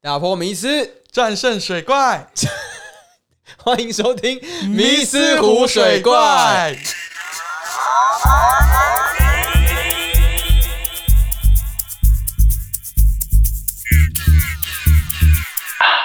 打破迷思，战胜水怪， 欢迎收听《迷失湖水怪》。。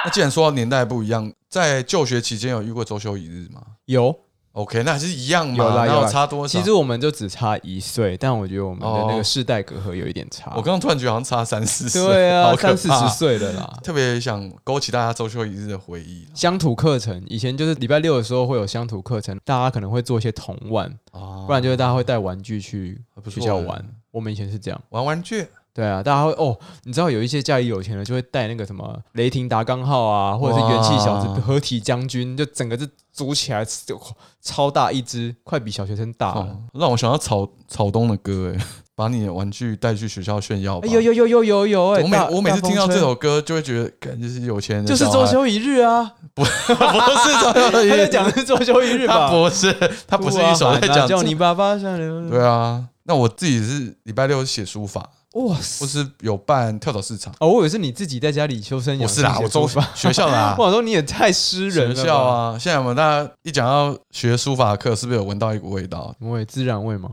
那既然说到年代不一样，在就学期间有遇过周休一日吗有？OK，那还是一样嘛，有啦然有后啦差多少？其实我们就只差一岁，但我觉得我们的那哦个世代隔阂有一点差。我刚刚突然觉得好像差三四岁，对啊 好，可怕三四十，岁了啦。特别想勾起大家周休一日的回忆乡土课程以前就是礼拜六的时候会有乡土课程，大家可能会做一些童玩，啊，不然就是大家会带玩具去还不错学校欸玩。我们以前是这样，玩玩具，对啊，大家会哦，你知道有一些家里有钱人就会带那个什么雷霆达纲号啊，或者是元气小子哇合体将军，就整个是组起来就超大一只，快比小学生大了。哦，让我想到草草东的歌，哎，把你的玩具带去学校炫耀吧。哎有有有有有有哎！我每大我每次听到这，大风首歌，就会觉得，感觉是有钱人车的就是小孩，周休一日啊，不是周休一他日在，讲的是周休一日 他吧？不 是 他不是一首哇那在讲啊叫这你爸爸上流。对啊。那我自己是礼拜六写书法，哇或塞！是有办跳蚤市场，哦，我以为是你自己在家里修身不养性是写书法。啦，我周 学校啦 我，想说你也太诗人学了。校，啊。现在我们大家一讲到学书法课，是不是有闻到一股味道？我也自然味吗？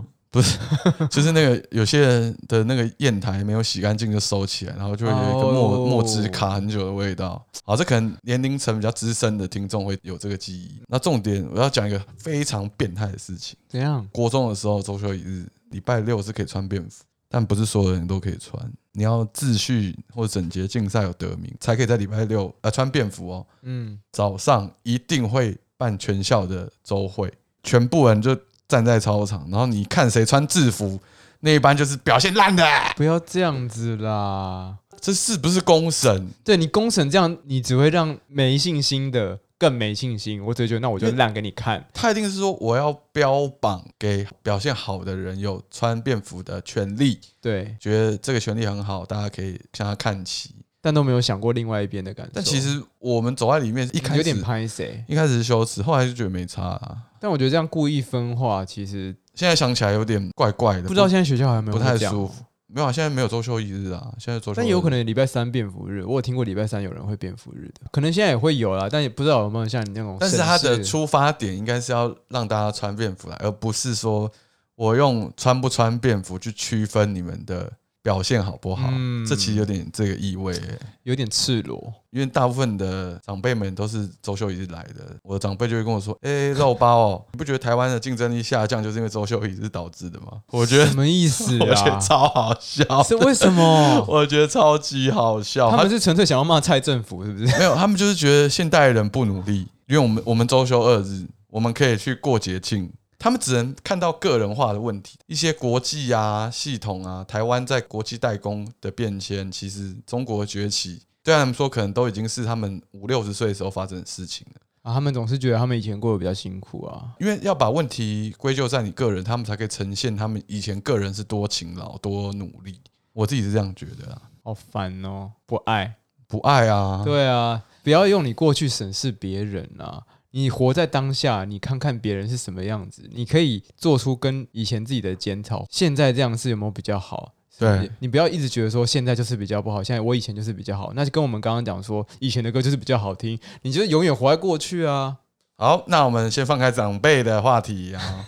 就是那个有些人的那个砚台没有洗干净就收起来，然后就会有一个哦墨、墨汁卡很久的味道。好，这可能年龄层比较资深的听众会有这个记忆。那重点我要讲一个非常变态的事情。怎样？国中的时候，周休一日，礼拜六是可以穿便服，但不是所有人都可以穿。你要秩序或整洁竞赛有得名，才可以在礼拜六呃穿便服哦。嗯，早上一定会办全校的周会，全部人就站在操场，然后你看谁穿制服，那一班就是表现烂的。不要这样子啦。这是不是公审？对你公审这样，你只会让没信心的更没信心。我只会觉得，那我就烂给你看。他一定是说我要标榜给表现好的人有穿便服的权利，对，觉得这个权利很好，大家可以向他看齐。但都没有想过另外一边的感受。但其实我们走在里面，一开有始点拍谁？一开始是羞耻，后来就觉得没差、啊。但我觉得这样故意分化，其实现在想起来有点怪怪的，不知道现在学校还有没不有不太会这样舒。服。没有、啊，现在没有周休一日啊，现在周休但有可能能礼拜三变服日，我有听过礼拜三有人会变服日的，可能现在也会有啦，但也不知道有没有像你那种但绅士。是他的出发点应该是要让大家穿便服来，而不是说我用穿不穿便服去区分你们的表现好不好。嗯这其实有点这个意味欸、有点赤裸，因为大部分的长辈们都是周休一日来的，我的长辈就会跟我说：“哎、肉包哦， 你不觉得台湾的竞争力下降就是因为周休一日导致的吗？”我觉得什么意思 我觉得啊？超好笑，是为什么？我觉得超级 好笑。他他们是纯粹想要骂蔡政府，是不是？ 没有，他们就是觉得现代人不努力，因为我们我们周休二日，我们可以去过节庆，他们只能看到个人化的问题，一些国际啊、系统啊，台湾在国际代工的变迁，其实中国崛起。对他们说，可能都已经是他们五六十岁的时候发生的事情了，啊，他们总是觉得他们以前过得比较辛苦啊。因为要把问题归咎在你个人，他们才可以呈现他们以前个人是多勤劳、多努力。我自己是这样觉得啦，好烦哦，不爱。不爱啊，对啊，不要用你过去审视别人啊，你活在当下，你看看别人是什么样子，你可以做出跟以前自己的检讨，现在这样是有没有比较好？是不是对，你不要一直觉得说现在就是比较不好，现在我以前就是比较好，那就跟我们刚刚讲说以前的歌就是比较好听，你就是永远活在过去啊。好，那我们先放开长辈的话 题啊，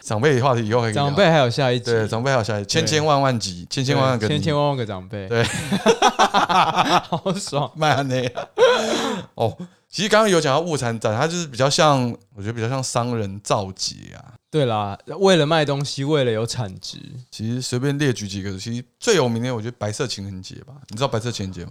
长辈话题以后可以聊长辈还有下一集，啊对长辈好像千千万万集，千千万万个千千万万万个长辈，对， 好爽。慢呢。哦，其实刚刚有讲到物产展，它就是比较像，我觉得比较像商人造节啊。对啦，为了卖东西，为了有产值，其实随便列举几个，其实最有名的，我觉得白色情人节吧。你知道白色情人节吗？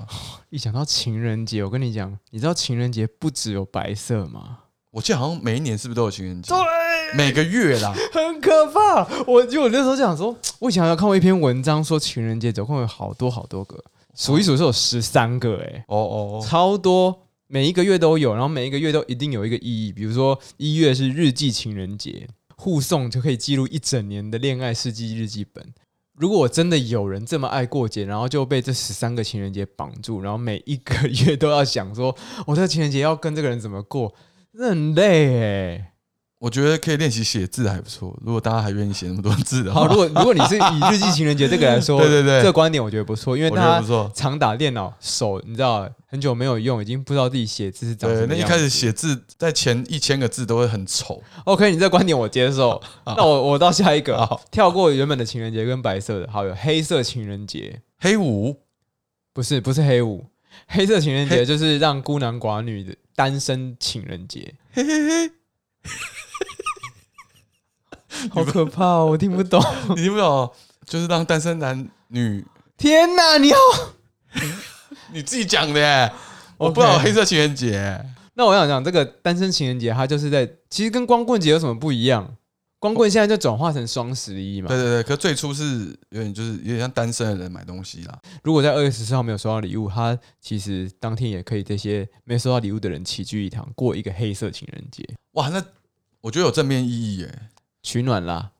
一想到情人节，我跟你讲，你知道情人节不只有白色吗？我记得好像每一年是不是都有情人节？对，每个月啦。很可怕。我就我那时候就想说，我以前有看过一篇文章，说情人节总共有好多好多个，数一数是有十三个、欸，哦哦哦，超多。每一个月都有，然后每一个月都一定有一个意义。比如说一月是日记情人节，互送就可以记录一整年的恋爱事迹日记本。如果真的有人这么爱过节，然后就被这十三个情人节绑住，然后每一个哦月都要想说，我、这个情人节要跟这个人怎么过，那很累哎、我觉得可以练习写字还不错。如果大家还愿意写那么多字的话，好， 如果如果你是以日记情人节这个来说，对对对这个观点我觉得不错，因为我觉得他不错。常打电脑，手你知道很久没有用，已经不知道自己写字是长对什，么那一样。开始写字，在前一千个字都会很丑。 OK，你这个观点我接受。那我我到下一个好，跳过原本的情人节跟白色的，好有黑色情人节，黑五 不是不是黑五，黑色情人节黑就是让孤男寡女的单身情人 节，嘿嘿嘿，好可怕、哦，我听不懂。你听不懂，就是让单身男女 天哪，你好，你自己讲的耶，我不知道 OK 黑色情人节。那我想讲这个单身情人节，它就是在其实跟光棍节有什么不一样？光棍现在就转化成双十一嘛对。对对，可最初是有点就是有点像单身的人买东西啦。如果在二月十四号没有收到礼物，他其实当天也可以这些没收到礼物的人齐聚一堂，过一个黑色情人节，哇，那我觉得有正面意义耶。取暖啦。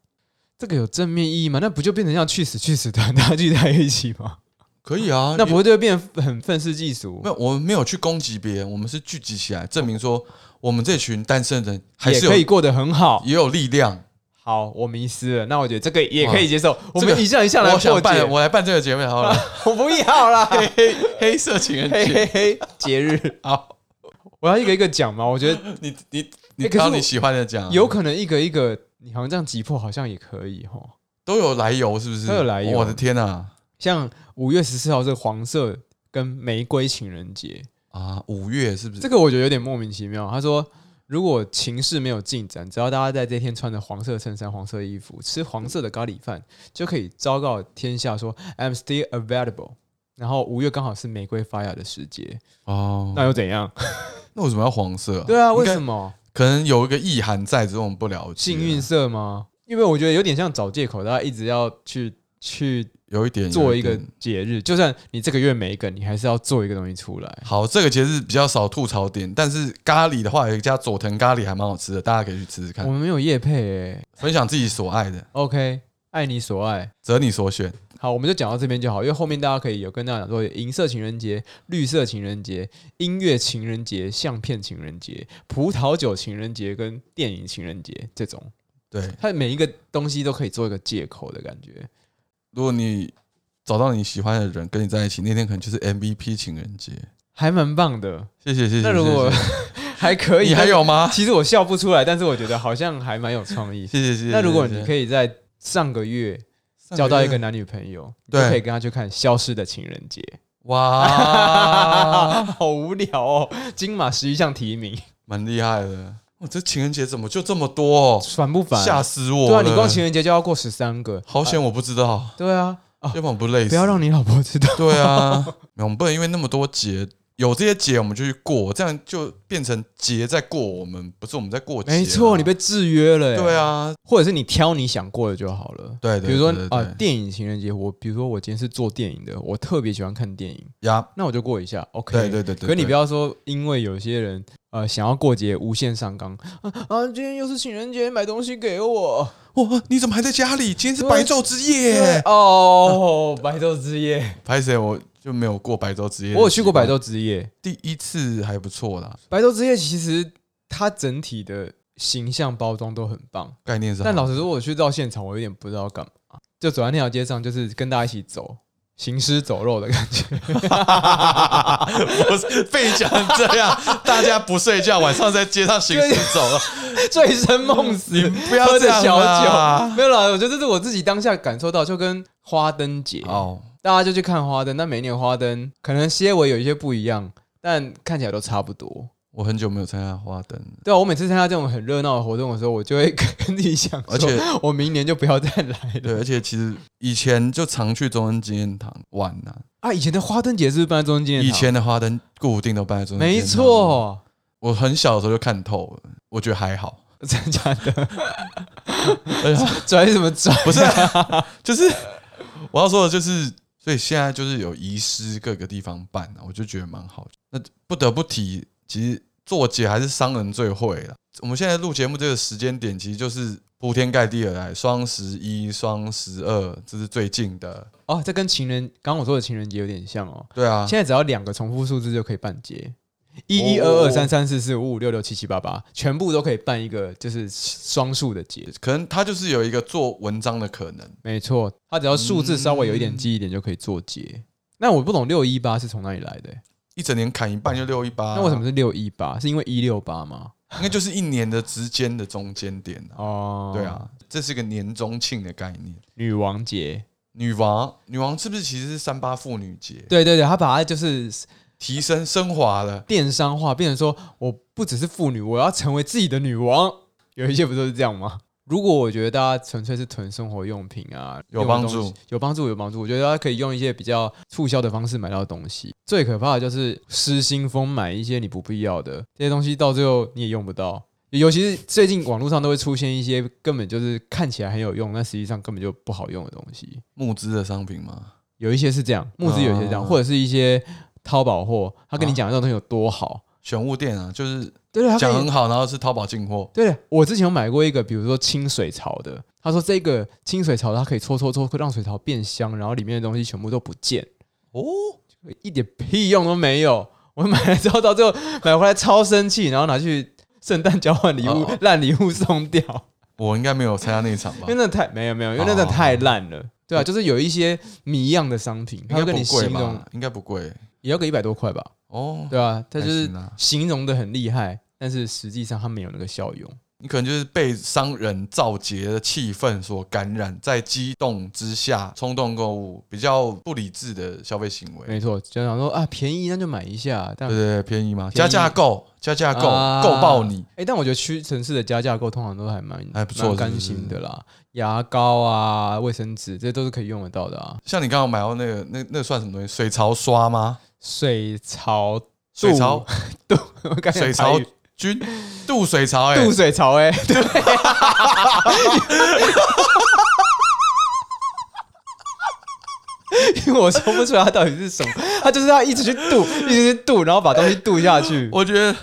这个有正面意义吗？那不就变成像去死去死团大家聚在一起吗？可以啊， 那不会就会变得很愤世嫉俗没？有，我们没有去攻击别人，我们是聚集起来，证明说我们这群单身人还也是有可以过得很好。也有力量。好，我迷失了。那我觉得这个也可以接受。嗯我这们个一项一项来我破想解办，。我来办这个节目好了。 我不要 啦，黑黑色情人 嘿节，嘿嘿，节日好，我要一个一个讲嘛。我觉得你你你欸可是挑我你喜欢的讲，有可能一个一个，你好像这样击破，好像也可以吼。都有来由，是不是？都有来由我的天啊像五月十四号是黄色跟玫瑰情人节，啊！五月是不是？这个我觉得有点莫名其妙。他说，如果情势没有进展，只要大家在这天穿着黄色衬衫、黄色衣服，吃黄色的咖喱饭，就可以昭告天下说 I'm still available。然后五月刚好是玫瑰发芽的时节，哦，那又怎样？那为什么要黄色、啊？对啊，为应该什么可能有一个意涵在，只是我们不了解。啊幸运色吗？因为我觉得有点像找借口，大家一直要去去有一点做一有个点节日，就算你这个月没梗，你还是要做一个东西出来。好，这个节日比较少吐槽点，但是咖喱的话，有一家佐藤咖喱还蛮好吃的，大家可以去吃吃看我。们没有夜配欸诶、分享自己所爱的， OK，爱你所爱。择你所选。好，我们就讲到这边就好，因为后面大家可以有跟大家讲说，银色情人节、绿色情人节、音乐情人节、相片情人节、葡萄酒情人节跟电影情人节这种，对，它每一个东西都可以做一个借口的感觉。如果你找到你喜欢的人跟你在一起，那天可能就是 MVP 情人节。还蛮棒的，谢谢谢谢。那如果谢谢 还可以。你还有吗但是？？其实我笑不出来，但是我觉得好像还蛮有创 意。谢谢谢谢。那如果谢你谢可以在上个月交到一个男女朋友，你就对可以跟他去看《消失的情人节》。哇，啊好无聊哦！金马十一项提名，蛮厉害的。我这情人节怎么就这么多、哦？烦不烦？吓死我对啊，了！你光情人节就要过十三个，好险我不知道，对啊，啊要不然我不累死。不要让你老婆知道。对啊， 没有我们不能因为那么多节，有这些节我们就去过，这样就变成节在过我们，不是我们在过节啊。没错，你被制约了。对，啊，或者是你挑你想过的就好了。对对比如说对对啊对，电影情人节，我比如说我今天是做电影的，我特别喜欢看电影，呀，那我就过一下。OK，对对对对。可你不要要说，因为有些人呃想要过节无限上纲啊啊，今天又是情人节，买东西给我。哇，你怎么还在家里？今天是白昼之对夜。哦，白昼之夜，拍谁？我就没有过白昼之夜。我有去过白，昼之夜。第一次还不错啦，白昼之夜其实它整体的形象包装都很棒，概念是好。但老实说，我去到现场，我有点不知道干嘛，就走在那条街上，就是跟大家一起走，行尸走肉的感觉。 不是被讲成这样，大家不睡觉，晚上在街上行尸 走肉。醉生梦死，你不要喝嗯着这样小啦酒，没有啦。我觉得这是我自己当下感受到，就跟花灯节，哦，大家就去看花灯。但每一年花灯可能些微有一些不一样，但看起来都差不多。我很久没有参加花灯了，对啊，我每次参加这种很热闹的活动的时候，我就会 跟跟自己想说，而且我明年就不要再来了。对，而且其实以前就常去中央纪念堂玩呐、啊，以前的花灯节是不是办在中间？以前的花灯固定都办在中间，没，错， 我很小的时候就看透了，我觉得还好，哎真的假的？而且拽什么拽？ 不是啊、就是我要说的就是，所以现在就是有遗失各个地方办、啊，我就觉得蛮好。那不得不提，其实做节还是商人最会了。我们现在录节目这个时间点，其实就是铺天盖地而来，双十一、双十二，这是最近的，哦，这跟情人刚刚我说的情人节有点像哦。对啊，现在只要两个重复数字就可以办节，一一二二三三四四五五六六七七八八，全部都可以办一个就是双数的节。可能它就是有一个做文章的可能。没错，它只要数字稍微有一点记忆点就可以做节。那我不懂六一八是从哪里来的欸、一整年砍一半就六一八，啊那为什么是六一八？是因为一六八吗？应该就是一年的之间的中间点啊？哦，对，啊，这是一个年中庆的概念。女王节。女王，女王是不是其实是三八妇女节？对对对，他把它就是提升升华了。电商化，变成说我不只是妇女，我要成为自己的女王。 有一些不都是这样吗？如果我觉得大家纯粹是囤生活用品啊，有帮助用的东西，有帮助，有帮助。我觉得大家可以用一些比较促销的方式买到东西。最可怕的就是失心疯买一些你不必要的这些东西，到最后你也用不到。尤其是最近网络上都会出现一些根本就是看起来很有用，但实际上根本就不好用的东西。募资的商品吗？有一些是这样，募资有一些这样，啊或者是一些淘宝货，他跟你啊讲这种东西有多好，选物店啊，就是对对，他讲跟你很好，然后是淘宝进货，对，我之前有买过一个，比如说清水槽的，他说这个清水槽它可以搓搓搓，会让水槽变香，然后里面的东西全部都不见，哦，一点屁用都没有。我买了之后，到最后买回来超生气，然后拿去圣诞交换礼物哦，烂礼、物送掉，我应该没有参加那一场因吧为？那太没有没有，因为那真哦的太烂了。对啊，就是有一些谜一样的商品，嗯应它该会跟你不贵形容吧？应该不贵也要个一百多块吧，哦。对啊，它就还是行啊形容的很厉害，但是实际上它没有那个效用。你可能就是被商人造节的气氛所感染，在激动之下冲动购物，比较不理智的消费行为。没错，就想说啊，便宜那就买一下，但对对对，便宜吗？便加宜价购，加价购，啊购爆你！哎、但我觉得屈臣氏的加价购通常都还蛮还不错蛮是不甘是心的啦。牙膏啊、卫生纸，这都是可以用得到的啊。像你刚刚买到那个，那那算什么东西？水槽刷吗？水槽 度，水槽度，我刚才 水台槽语菌渡水槽、欸，度水槽、哎，对， 因为我说不出来它到底是什么，它就是要一直去度， 一直去度，然后把东西度下去。我我觉得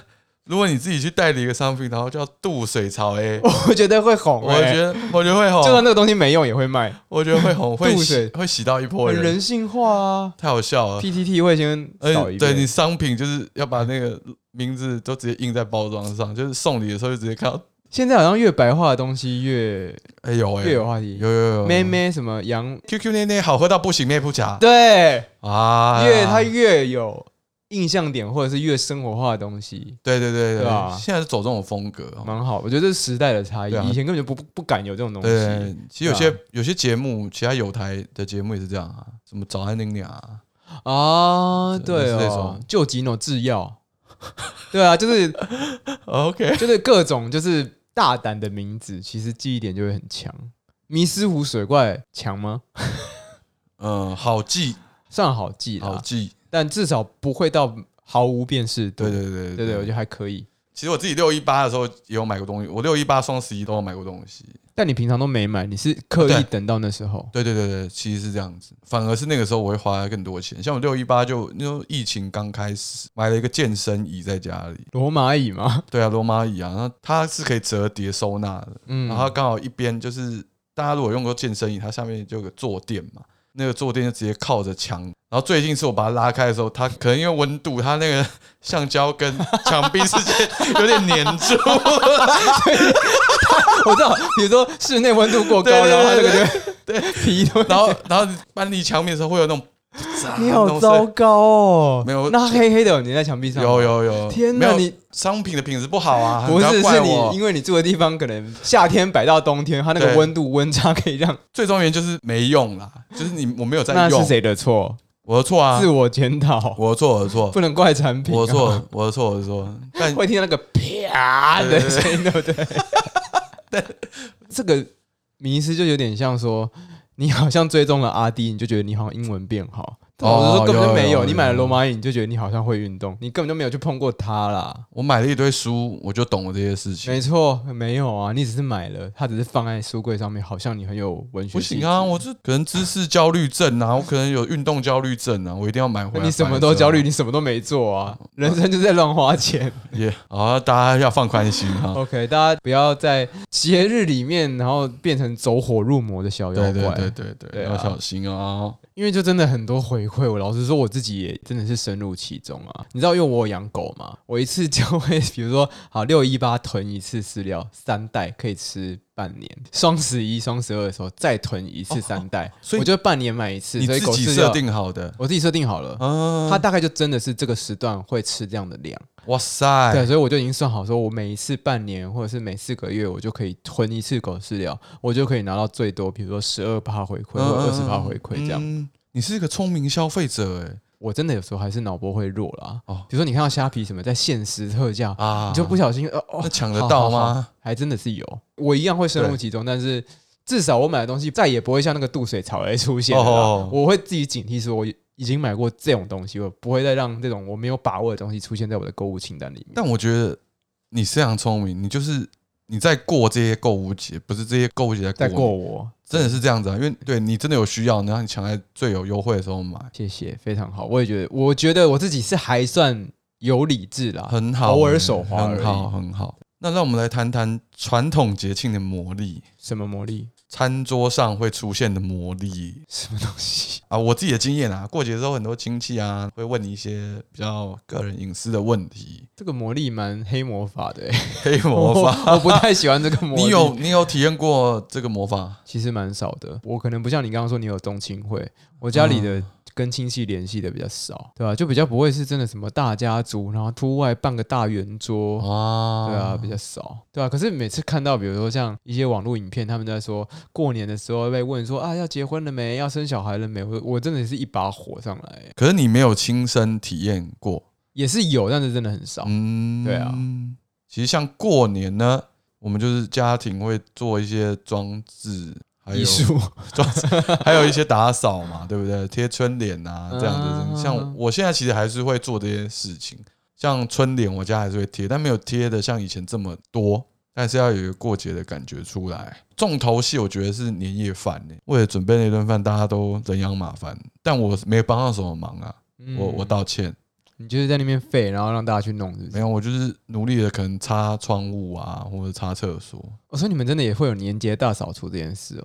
如果你自己去代理一个商品，然后叫渡水槽、欸，我觉得会红、 我觉得得我觉得会就算红，哦那个东西没用也会卖，我觉得会红，会渡洗水会洗到一波很人，人性化啊。太好笑了。 PTT 会先而扫一且呃哎对你遍，商品就是要把那个名字都直接印在包装上，就是送礼的时候就直接看到，现在好像越白化的东西越哎呦哎、越有话题有，有有妹妹什么洋， QQ 内内好喝到不行，内不假对，啊，越它越有印象点或者是越生活化的东西，对对对对啊吧现在是走这种风格、哦。蛮好。我觉得这是时代的差异对啊，以前根本就不不不敢有这种东对西，其实有些、对啊有些节目，其他有台的节目也是这样啊，什么早安你俩、啊，啊，真的对是哦这种，救急那种制药， 对啊，就是 OK，就是各种就是大胆的名字，其实记忆点就会很强。迷失湖水怪强吗？嗯，好记算好记啊好啦，记，但至少不会到毫无辨识度。对对对对对，我觉得还可以。其实我自己六一八的时候也有买过东西，我六一八、双十一都有买过东西。但你平常都没买，你是刻对意等到那时候对对对对，其实是这样子，反而是那个时候我会花更多钱。像我六一八就那时候疫情刚开始，买了一个健身椅在家里，罗马椅吗？对啊，罗马椅啊，然后它是可以折叠收纳的，嗯然后它刚好一边就是大家如果用过健身椅，它下面就有个坐垫嘛，那个坐垫就直接靠着墙。然后最近是我把它拉开的时候，它可能因为温度，它那个橡胶跟墙壁之间有点粘住， 我知道，比如说室内温度过高，对对然后它那对个就 对皮都会然后然后搬离墙面的时候会有 那种，你那好种糟声糕哦。没有那黑黑的有粘在墙壁上吗，有有有，天哪没有你商品的品质不好啊，不要是怪是我你，因为你住的地方可能夏天摆到冬天，它那个对温度温差可以让最终原因就是没用啦，就是你我没有在那是用，谁的错？我的错啊自，我检讨，我的错，我的错，不能怪产品。啊我的，错，我的错，我的错，但 会听到那个啪的对对对声音，对不对？ 这个迷失就有点像说，你好像追踪了阿迪，你就觉得你好像英文变好。但老实说，哦根本就没有有你买了有罗马椅，你就觉得你好像会运动，你根本就没有去碰过它啦。我买了一堆书，我就懂了这些事情没。错，没有啊，你只是买了，它只是放在书柜上面，好像你很有文学。不行啊，！我这可能知识焦虑症啊，我 可能有运动焦虑症啊，我一定要买回来。你什么都焦虑，你什么都没做啊！人生就是在乱花 钱。也啊，大家要放宽心啊哈。 OK，大家不要在节日里面，然后变成走火入魔的小妖怪。对对对对 对对，啊要小心啊！因为就真的很多回馈，我老实说，我自己也真的是深入其中啊。你知道，因为我有养狗嘛，我一次就会，比如说，好六一八囤一次饲料，三袋可以吃半年；双十一、双十二的时候再囤一次三袋，哦所以我就半年买一次。你所以自狗己饲设料，定好的我自己设定好了，啊？它大概就真的是这个时段会吃这样的量。哇塞，对，所以我就已经算好，说我每一次半年或者是每四个月，我就可以囤一次狗饲料，我就可以拿到最多，比如说十二趴回馈或二十趴回馈这样。嗯你是一个聪明消费者哎、我真的有时候还是脑波会弱啦。哦比如说你看到虾皮什么在限时特价，啊，你就不小心呃哦那，抢得好好到吗？还真的是有，我一样会深入对其中，但是至少我买的东西再也不会像那个渡水草莓出现了啦哦我会自己警惕说我已经买过这种东西，我不会再让这种我没有把握的东西出现在我的购物清单里面。但我觉得你非常聪明，你就是你在过这些购物节，不是这些购物节在过再你，过我，真的是这样子啊，因为对你真的有需要，然后你抢在最有优惠的时候买，谢谢，非常好。我也觉得，我觉得我自己是还算有理智啦，很好欸、偶尔手滑而很已好，很好。那让我们来谈谈传统节庆的魔力，什么魔力，餐桌上会出现的魔力什么东西，啊！我自己的经验啊，过节之后很多亲戚啊会问你一些比较个人隐私的问题，这个魔力蛮黑魔法的、欸，黑魔法。 我，我不太喜欢这个魔力。你有你有体验过这个魔法？其实蛮少的。我可能不像你刚刚说你有宗亲会，我家里哦的跟亲戚联系的比较少，对吧、就比较不会是真的什么大家族，然后出外办个大圆桌。啊，对啊，比较少，对啊。可是每次看到，比如说像一些网络影片，他们在说过年的时候被问说啊要结婚了没，要生小孩了没，我我真的是一把火上来，可是你没有亲身体验过，也是有，但是真的很少。嗯，对啊。其实像过年呢，我们就是家庭会做一些装置，还有艺术装置， 还有一些打扫嘛，对不对？贴春联啊，这样子。啊像我现在其实还是会做这些事情，像春联，我家还是会贴，但没有贴的像以前这么多。但是要有一个过节的感觉出来。重头戏我觉得是年夜饭呢、为了准备那顿饭，大家都人仰马翻，但我没帮到什么忙啊， 我我到道歉。嗯你就是在那边废，然后让大家去弄，是不没是？有，我就是努力的，可能擦窗户啊，或者擦厕所。我哦说你们真的也会有年节大扫除这件事哦？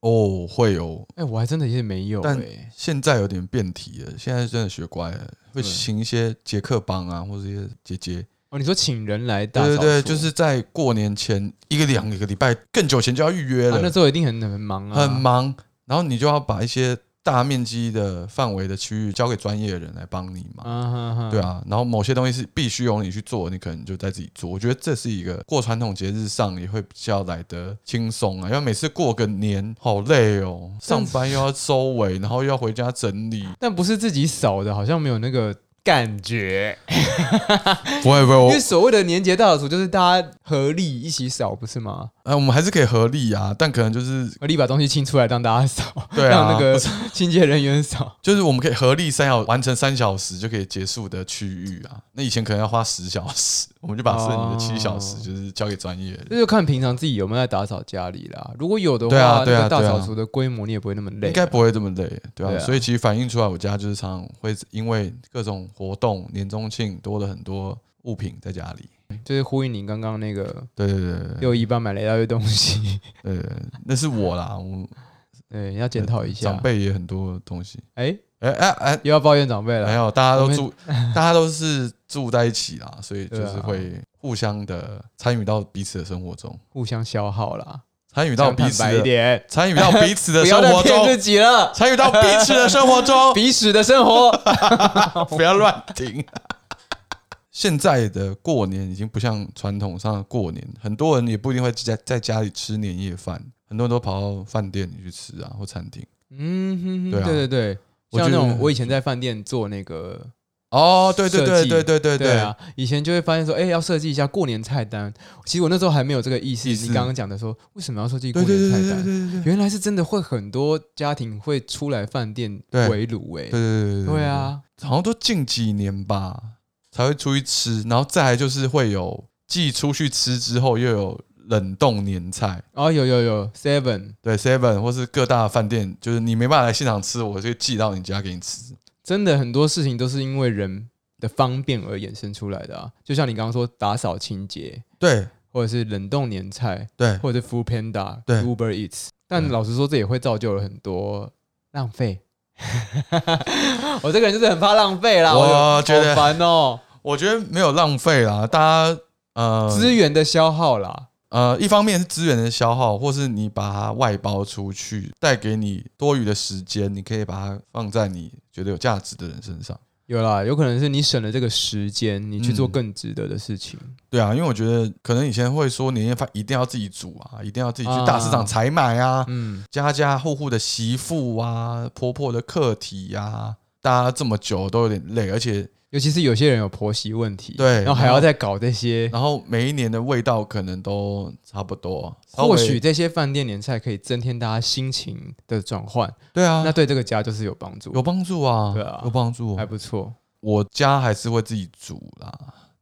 哦，会有，哎、我还真的也没有、但哎，现在有点变体了，现在真的学乖了，会对请一些杰克帮啊，或者一些姐姐。哦，你说请人来大对扫对除，对，就是在过年前一个两个礼拜更久前就要预约啊、那了，时候一定很很忙啊，很。忙。然后你就要把一些大面积的范围的区域交给专业的人来帮你嘛。啊哈哈，对，啊，然后某些东西是必须由你去做，你可能就在自己做。我觉得这是一个过传统节日上也会比较来得轻松啊，因为每次过个年好累哦，上班又要收尾，然后又要回家整理。但不是自己扫的，好像没有那个感觉。不会不会，因我为所谓的年节大扫除，就是大家合力一起扫，不是吗？哎、我们还是可以合力啊，但可能就是合力把东西清出来让大家扫，对让啊，那个清洁人员扫。就是我们可以合力三小完成三小时就可以结束的区域啊。那以前可能要花十小时，我们就把剩余的七小时哦就是交给专业人。这就看平常自己有没有在打扫家里啦。如果有的话，对啊对啊那个大对啊扫除的规模你也不会那么累。应该不会这么累，对吧、对啊所以其实反映出来，我家就是常常会因为各种活动、年终庆多了很多物品在家里。就是呼应你刚刚那个对对对对六一八买了一大堆东西，对对，那是我啦，我对，要检讨一下。长，辈也很多东西。哎、哎哎哎，又要抱怨长辈没了。有，大家我都们住，大家都是住在一起啦，所以就对是啊会互相的参与到彼此的生活中，互相消耗啦，参与到讲彼坦此白一的，点，参与到彼此的不生要再活骗自中，己了，参与到彼此的生活中。彼此的生 活。不要乱听。现在的过年已经不像传统上的过年，很多人也不一定会在在家里吃年夜饭，很多人都跑到饭店里去吃啊，或餐厅。嗯，哼哼对啊对对对，我觉像得那种我以前在饭店做那个，哦，对对设对计对对对对，啊，以前就会发现说，哎，要设计一下过年菜单。其实我那时候还没有这个意识，意识你刚刚讲的说，为什么要设计过对对年对菜对对对单？对对原来是真的会很多家庭会出来饭店对围炉，哎，对对对，啊，好像都近几年吧才会出去吃，然后再来就是会有既出去吃之后又有冷冻年菜。哦，有有有 Seven，对 Seven 或是各大饭店，就是你没办法来现场吃，我就寄到你家给你吃。真的很多事情都是因为人的方便而衍生出来的啊。就像你刚刚说打扫清洁，对或者是冷冻年菜，对， 或者是 Food Panda、对 Uber Eats，但对老实说，这也会造就了很多浪费。 我这个人就是很怕浪费啦，我我觉得好烦哦，我觉得没有浪费啦，大家呃资源的消耗啦，呃，一方面是资源的消耗，或是你把它外包出去，带给你多余的时间，你可以把它放在你觉得有价值的人身上。有啦，有可能是你省了这个时间，你去做嗯更值得的事情。对啊，因为我觉得可能以前会说年夜饭一定要自己煮啊，一定要自己去大市场采买啊，嗯，家家户户的媳妇啊，婆婆的课题呀、大家这么久都有点累，而且尤其是有些人有婆媳问题，对然后还然后要再搞这些，然后每一年的味道可能都差不多，稍微或许这些饭店年菜可以增添大家心情的转换，对啊那，对这个家就是有帮助，有帮助啊，对啊有帮助还。不错。我家还是会自己煮啦，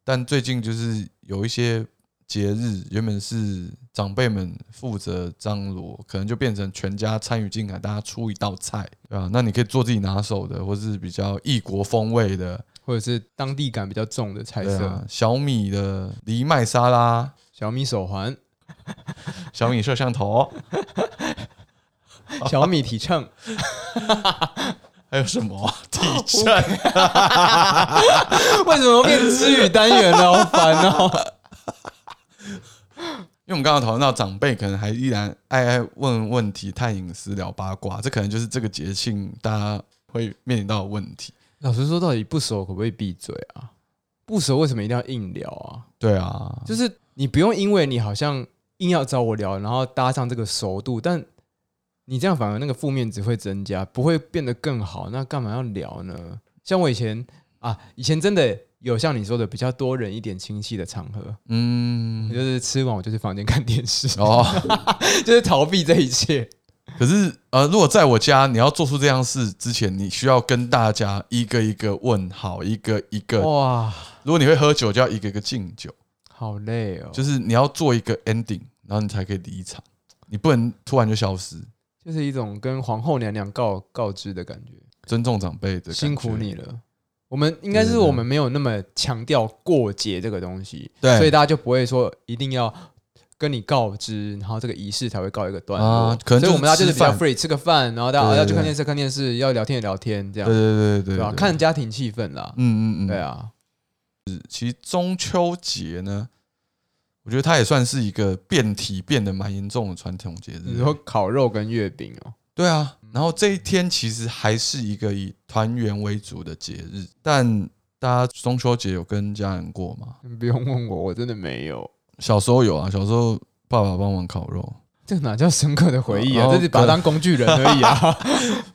但最近就是有一些节日，原本是长辈们负责张罗，可能就变成全家参与进来，大家出一道菜，对啊，那你可以做自己拿手的，或是比较异国风味的，或者是当地感比较重的菜对色，啊，小米的藜麦沙拉，小米手环、小米摄像头， 小米体秤，还有什么地震？为什么变知语单元了？好烦哦！因为我们刚刚讨论到长辈可能还依然爱爱问问题、探隐私、聊八卦，这可能就是这个节庆大家会面临到的问题。 老实说，到底不熟可不可以闭嘴啊？不熟为什么一定要硬聊啊？对啊，就是你不用因为你好像硬要找我聊，然后搭上这个熟度，但你这样反而那个负面值会增加，不会变得更好。那干嘛要聊呢？像我以前啊，以前真的有像你说的比较多人一点亲戚的场合，嗯，就是吃完我就去房间看电视，哦， 就是逃避这一切。可是呃，如果在我家你要做出这样事之前，你需要跟大家一个一个问好，一个一个。哇，如果你会喝酒，就要一个一个敬酒，好累哦，就就是是你要做一个 ending，然后你才可以离场，你不能突然就消失。就是一种跟皇后娘娘告告知的感觉，尊重长辈的感觉辛苦，你了。我们应该是对对对我们没有那么强调过节这个东西，对，所以大家就不会说一定要跟你告知，然后这个仪式才会告一个段落。啊可所能以就是我们大家就是吃比较饭 free，吃个饭，然后大家对啊对要去看对电视看电视，要聊天也聊天，这对样对对对吧？对看家庭气氛啦，嗯嗯嗯，对啊，其实中秋节呢，我觉得它也算是一个变体变得蛮严重的传统节你日。说烤肉跟月饼哦，对啊，然后这一天其实还是一个以团圆为主的节日，但大家中秋节有跟家人过吗？你不用问我，我真的没有。小时候有啊，小时候爸爸帮忙烤肉，这哪叫深刻的回忆啊？哦这是把它当工具人而已啊，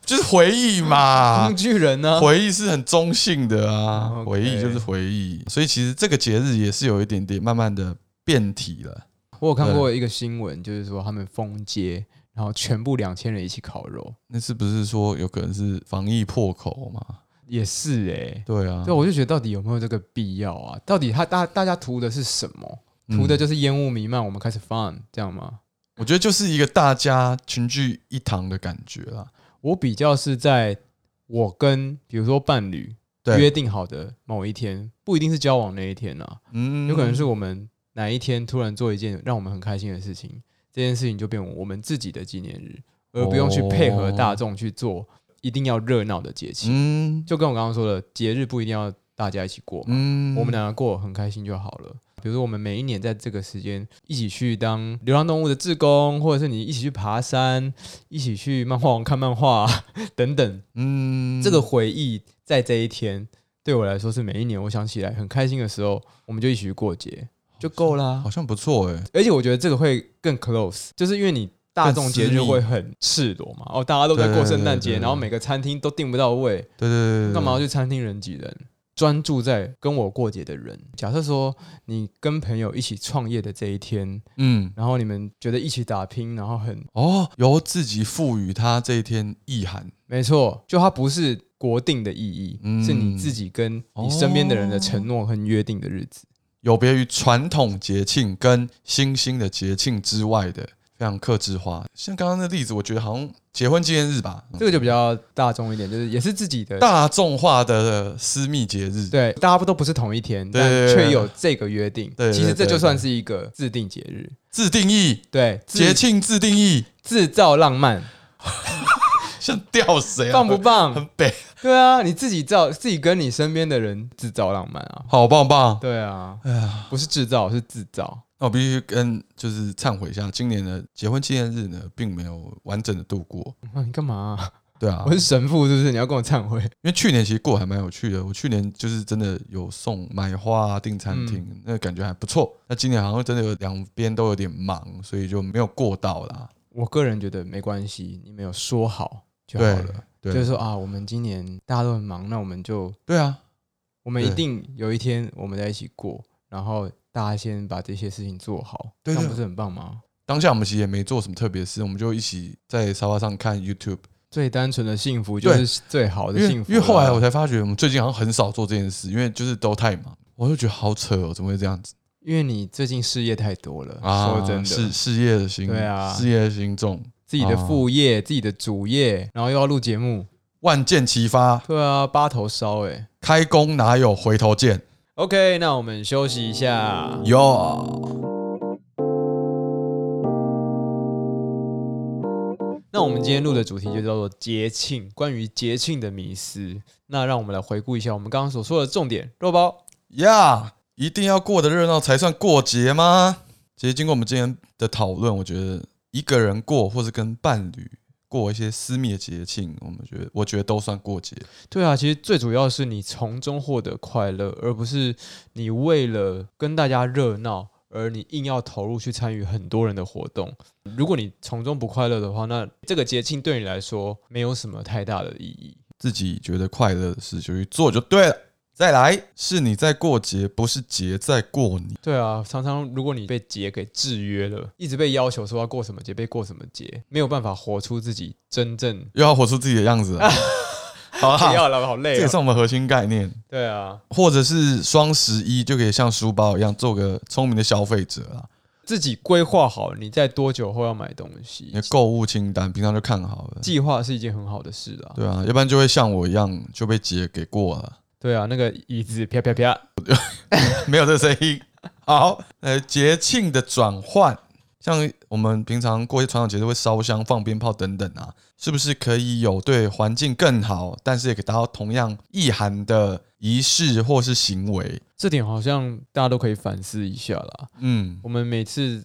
就是回忆嘛 工。具人啊呢、回忆是很中性的啊，嗯哦 OK 回忆就是回忆，所以其实这个节日也是有一点点慢慢的变体了。我有看过一个新闻，就是说他们封街，然后全部两千人一起烤肉，那是不是说有可能是防疫破口嘛？也是哎、对啊，对，我就觉得到底有没有这个必要啊？到底他大大家图的是什么？图的嗯就是烟雾弥漫，我们开始 fun 这样吗？我觉得就是一个大家群聚一堂的感觉啦。我比较是在我跟比如说伴侣对，约定好的某一天，不一定是交往那一天啊，嗯有可能是我们哪一天突然做一件让我们很开心的事情，这件事情就变我们自己的纪念日，而不用去配合大众去做一定要热闹的节庆。嗯就跟我刚刚说的，节日不一定要大家一起过嘛，嗯我们两个过很开心就好了。比如说，我们每一年在这个时间一起去当流浪动物的志工，或者是你一起去爬山，一起去漫画王看漫画啊 等等，嗯这个回忆在这一天对我来说是每一年我想起来很开心的时候，我们就一起去过节就够啦好。像不错哎、而且我觉得这个会更 close，就是因为你大众节更日私密会很赤裸嘛，哦，大家都在过圣诞对对对节，对然后每个餐厅都订不到位，对对对对对，干嘛要去餐厅人挤人？专注在跟我过节的人。假设说你跟朋友一起创业的这一天，嗯然后你们觉得一起打拼，然后很哦，由自己赋予它这一天意涵。没错，就它不是国定的意义，嗯是你自己跟你身边的人的承诺和约定的日子。有别于传统节庆跟新兴的节庆之外的非常克制化，像刚刚那例子，我觉得好像结婚纪念日吧，嗯这个就比较大众一点，就是也是自己的，哦大众化的私密节日。对，大家都不是同一天，对但对对却有这个约定。对对对其实这就算是一个制定节日，自定义对，节自庆，自定义制造浪漫。想吊谁啊？棒不棒？很北，对啊，你自己造，自己跟你身边的人制造浪漫啊。好棒棒。对啊，哎呀，不是制造，是制造。那我必须跟就是忏悔一下，今年的结婚纪念日呢，并没有完整的度过。啊，你干嘛啊、对啊 我，是神父是不是？你要跟我忏悔？因为去年其实过得还蛮有趣的，我去年就是真的有送买花、啊、订餐厅，嗯那感觉还不错。那今年好像真的有两边都有点忙，所以就没有过到啦。我个人觉得没关系，你们有说好就好对了。对就是说啊，我们今年大家都很忙，那我们就对啊，我们一对定有一天我们在一起过，然后大家先把这些事情做好，对这样对不是很棒吗？当下我们其实也没做什么特别事，我们就一起在沙发上看 YouTube。最单纯的幸福就是最好的因为幸福因为后来我才，才发觉，我们最近好像很少做这件事，因为就是都太忙，我就觉得好扯哦，怎么会这样子因为你最近事业太多了，啊？说真的，事事业的心，对啊事业的心重，自己的啊副业、自己的主业，然后又要录节目，万箭齐发，对啊，八头烧哎、开工哪有回头箭 OK，那我们休息一下。哟？那我们今天录的主题就叫做节庆，关于节庆的迷思。那让我们来回顾一下我们刚刚所说的重点。肉包，呀，一定要过得热闹才算过节吗？其实经过我们今天的讨论，我觉得一个人过，或是跟伴侣过一些私密的节庆，我们觉得我觉得都算过节。对啊，其实最主要是你从中获得快乐，而不是你为了跟大家热闹而你硬要投入去参与很多人的活动。如果你从中不快乐的话，那这个节庆对你来说没有什么太大的意义。自己觉得快乐的事就去做就对了。再来是你在过节，不是节在过你。对啊，常常如果你被节给制约了，一直被要求说要过什么节，被过什么节，没有办法活出自己真正。又要活出自己的样子了。好不啦，要了，好累、啊这哦也。是我们核心概念，对啊，或者是双十一就可以像书包一样做个聪明的消费者啊啦。自己规划好你在多久后要买东你西的，购物清单平常就看好了，计划是一件很好的事啊。对啊，要不然就会像我一样就被节给过了， 对啊，那个椅子啪啪啪，没有这声音。 好，呃，节庆的转换，像我们平常过一些传统节日会烧香、放鞭炮等等啊，是不是可以有对环境更好，但是也可以达到同样意涵的仪式或是行为？这点好像大家都可以反思一下啦。嗯，我们每次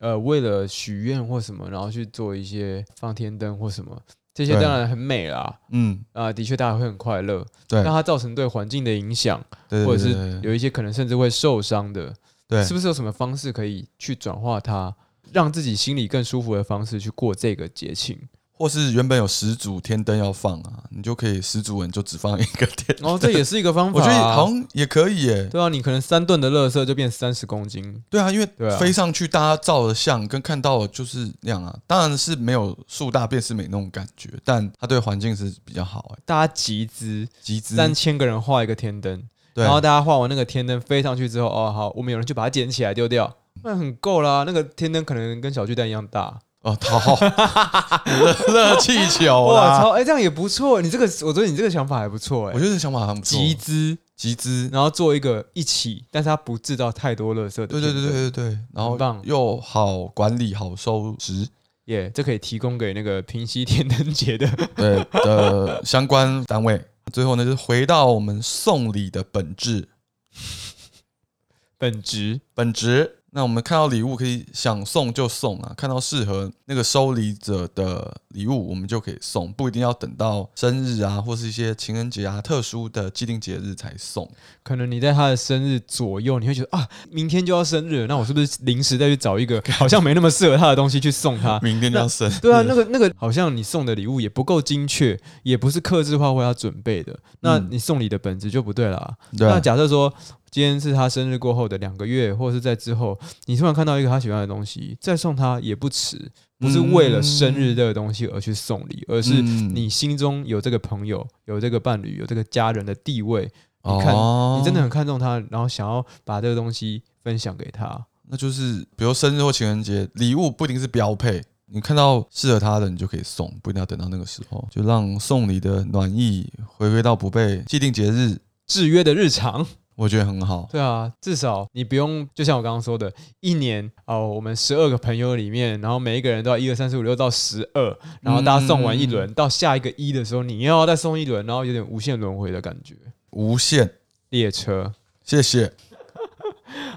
呃为了许愿或什么，然后去做一些放天灯或什么，这些对当然很美啦，嗯，啊、的确大家会很快乐，对但它造成对环境的影响，对，或者对是对有一些可能甚至会受伤的，对是不是有什么方式可以去转化它，让自己心里更舒服的方式去过这个节庆？或是原本有十组天灯要放啊，你就可以十组人就只放一个天灯。哦，这也是一个方法、我觉得好像也可以耶、对啊，你可能三吨的垃圾就变三十公斤，对啊，因对为啊飞上去，大家照的像跟看到的就是那样啊。当然是没有树大便是美那种感觉，但它对环境是比较好、欸。大家集资集资，三千个人画一个天灯，对然后大家画完那个天灯飞上去之后，哦好，我们有人就把它捡起来丢掉，那很够啦。那个天灯可能跟小巨蛋一样大，哦，好， 热热气球哇啦。操，哎、这样也不错。你这个我觉得你这个想法还不错哎、我觉得这想法很不错。集资，集资，然后做一个一起，但是它不制造太多垃圾的对天对灯，对对对对，然后很棒又好管理，好收拾，耶这可以提供给那个平息天灯节的对的相关单位。最后呢，就是回到我们送礼的本质，本质。本质。那我们看到礼物可以想送就送啊，看到适合那个收礼者的礼物，我们就可以送，不一定要等到生日啊，或是一些情人节啊、特殊的既定节日才送。啊可能你在他的生日左右，你会觉得啊，明天就要生日了，那我是不是临时再去找一个 好像没那么适合他的东西去送他？ 明天就要生，对啊，那个那个好像你送的礼物也不够精确，也不是克制化为他准备的，那嗯你送礼的本质就不对了啊、对那啊假设说今天是他生日过后的两个月，或者是在之后，你突然看到一个他喜欢的东西，再送他也不迟，不是为了生日这个东西而去送礼，而是嗯你心中有这个朋友、有这个伴侣、有这个家人的地位，你看哦你真的很看重他，然后想要把这个东西分享给他。那就是比如生日或情人节，礼物不一定是标配，你看到适合他的，你就可以送，不一定要等到那个时候，就让送礼的暖意回归到不被既定节日制约的日常，我觉得很好。对啊，至少你不用，就像我刚刚说的，一年哦，我们十二个朋友里面，然后每一个人都要一二三四五六到十二，然后大家送完一轮，到下一个一的时候，你又要再送一轮，然后有点无限轮回的感觉。无限，列车，谢谢。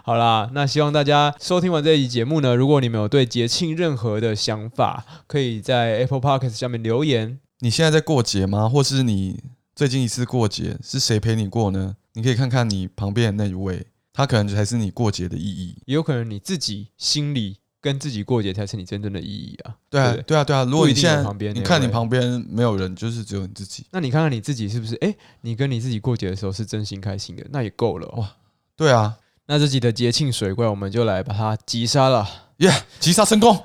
好啦，那希望大家收听完这一集节目呢，如果你们有对节庆任何的想法，可以在 Apple Podcast 下面留言。你现在在过节吗？或是你最近一次过节是谁陪你过呢？你可以看看你旁边的那一位，他可能才是你过节的意义。也有可能你自己心里跟自己过节才是你真正的意义啊。对啊对，对啊，对啊。如果不一你定现有在旁边那你看你位旁边没有人，就是只有你自己。那你看看你自己是不是？哎、你跟你自己过节的时候是真心开心的，那也够了哦、哇对啊，那这集的节庆水怪，我们就来把它击杀了。耶、击杀成功。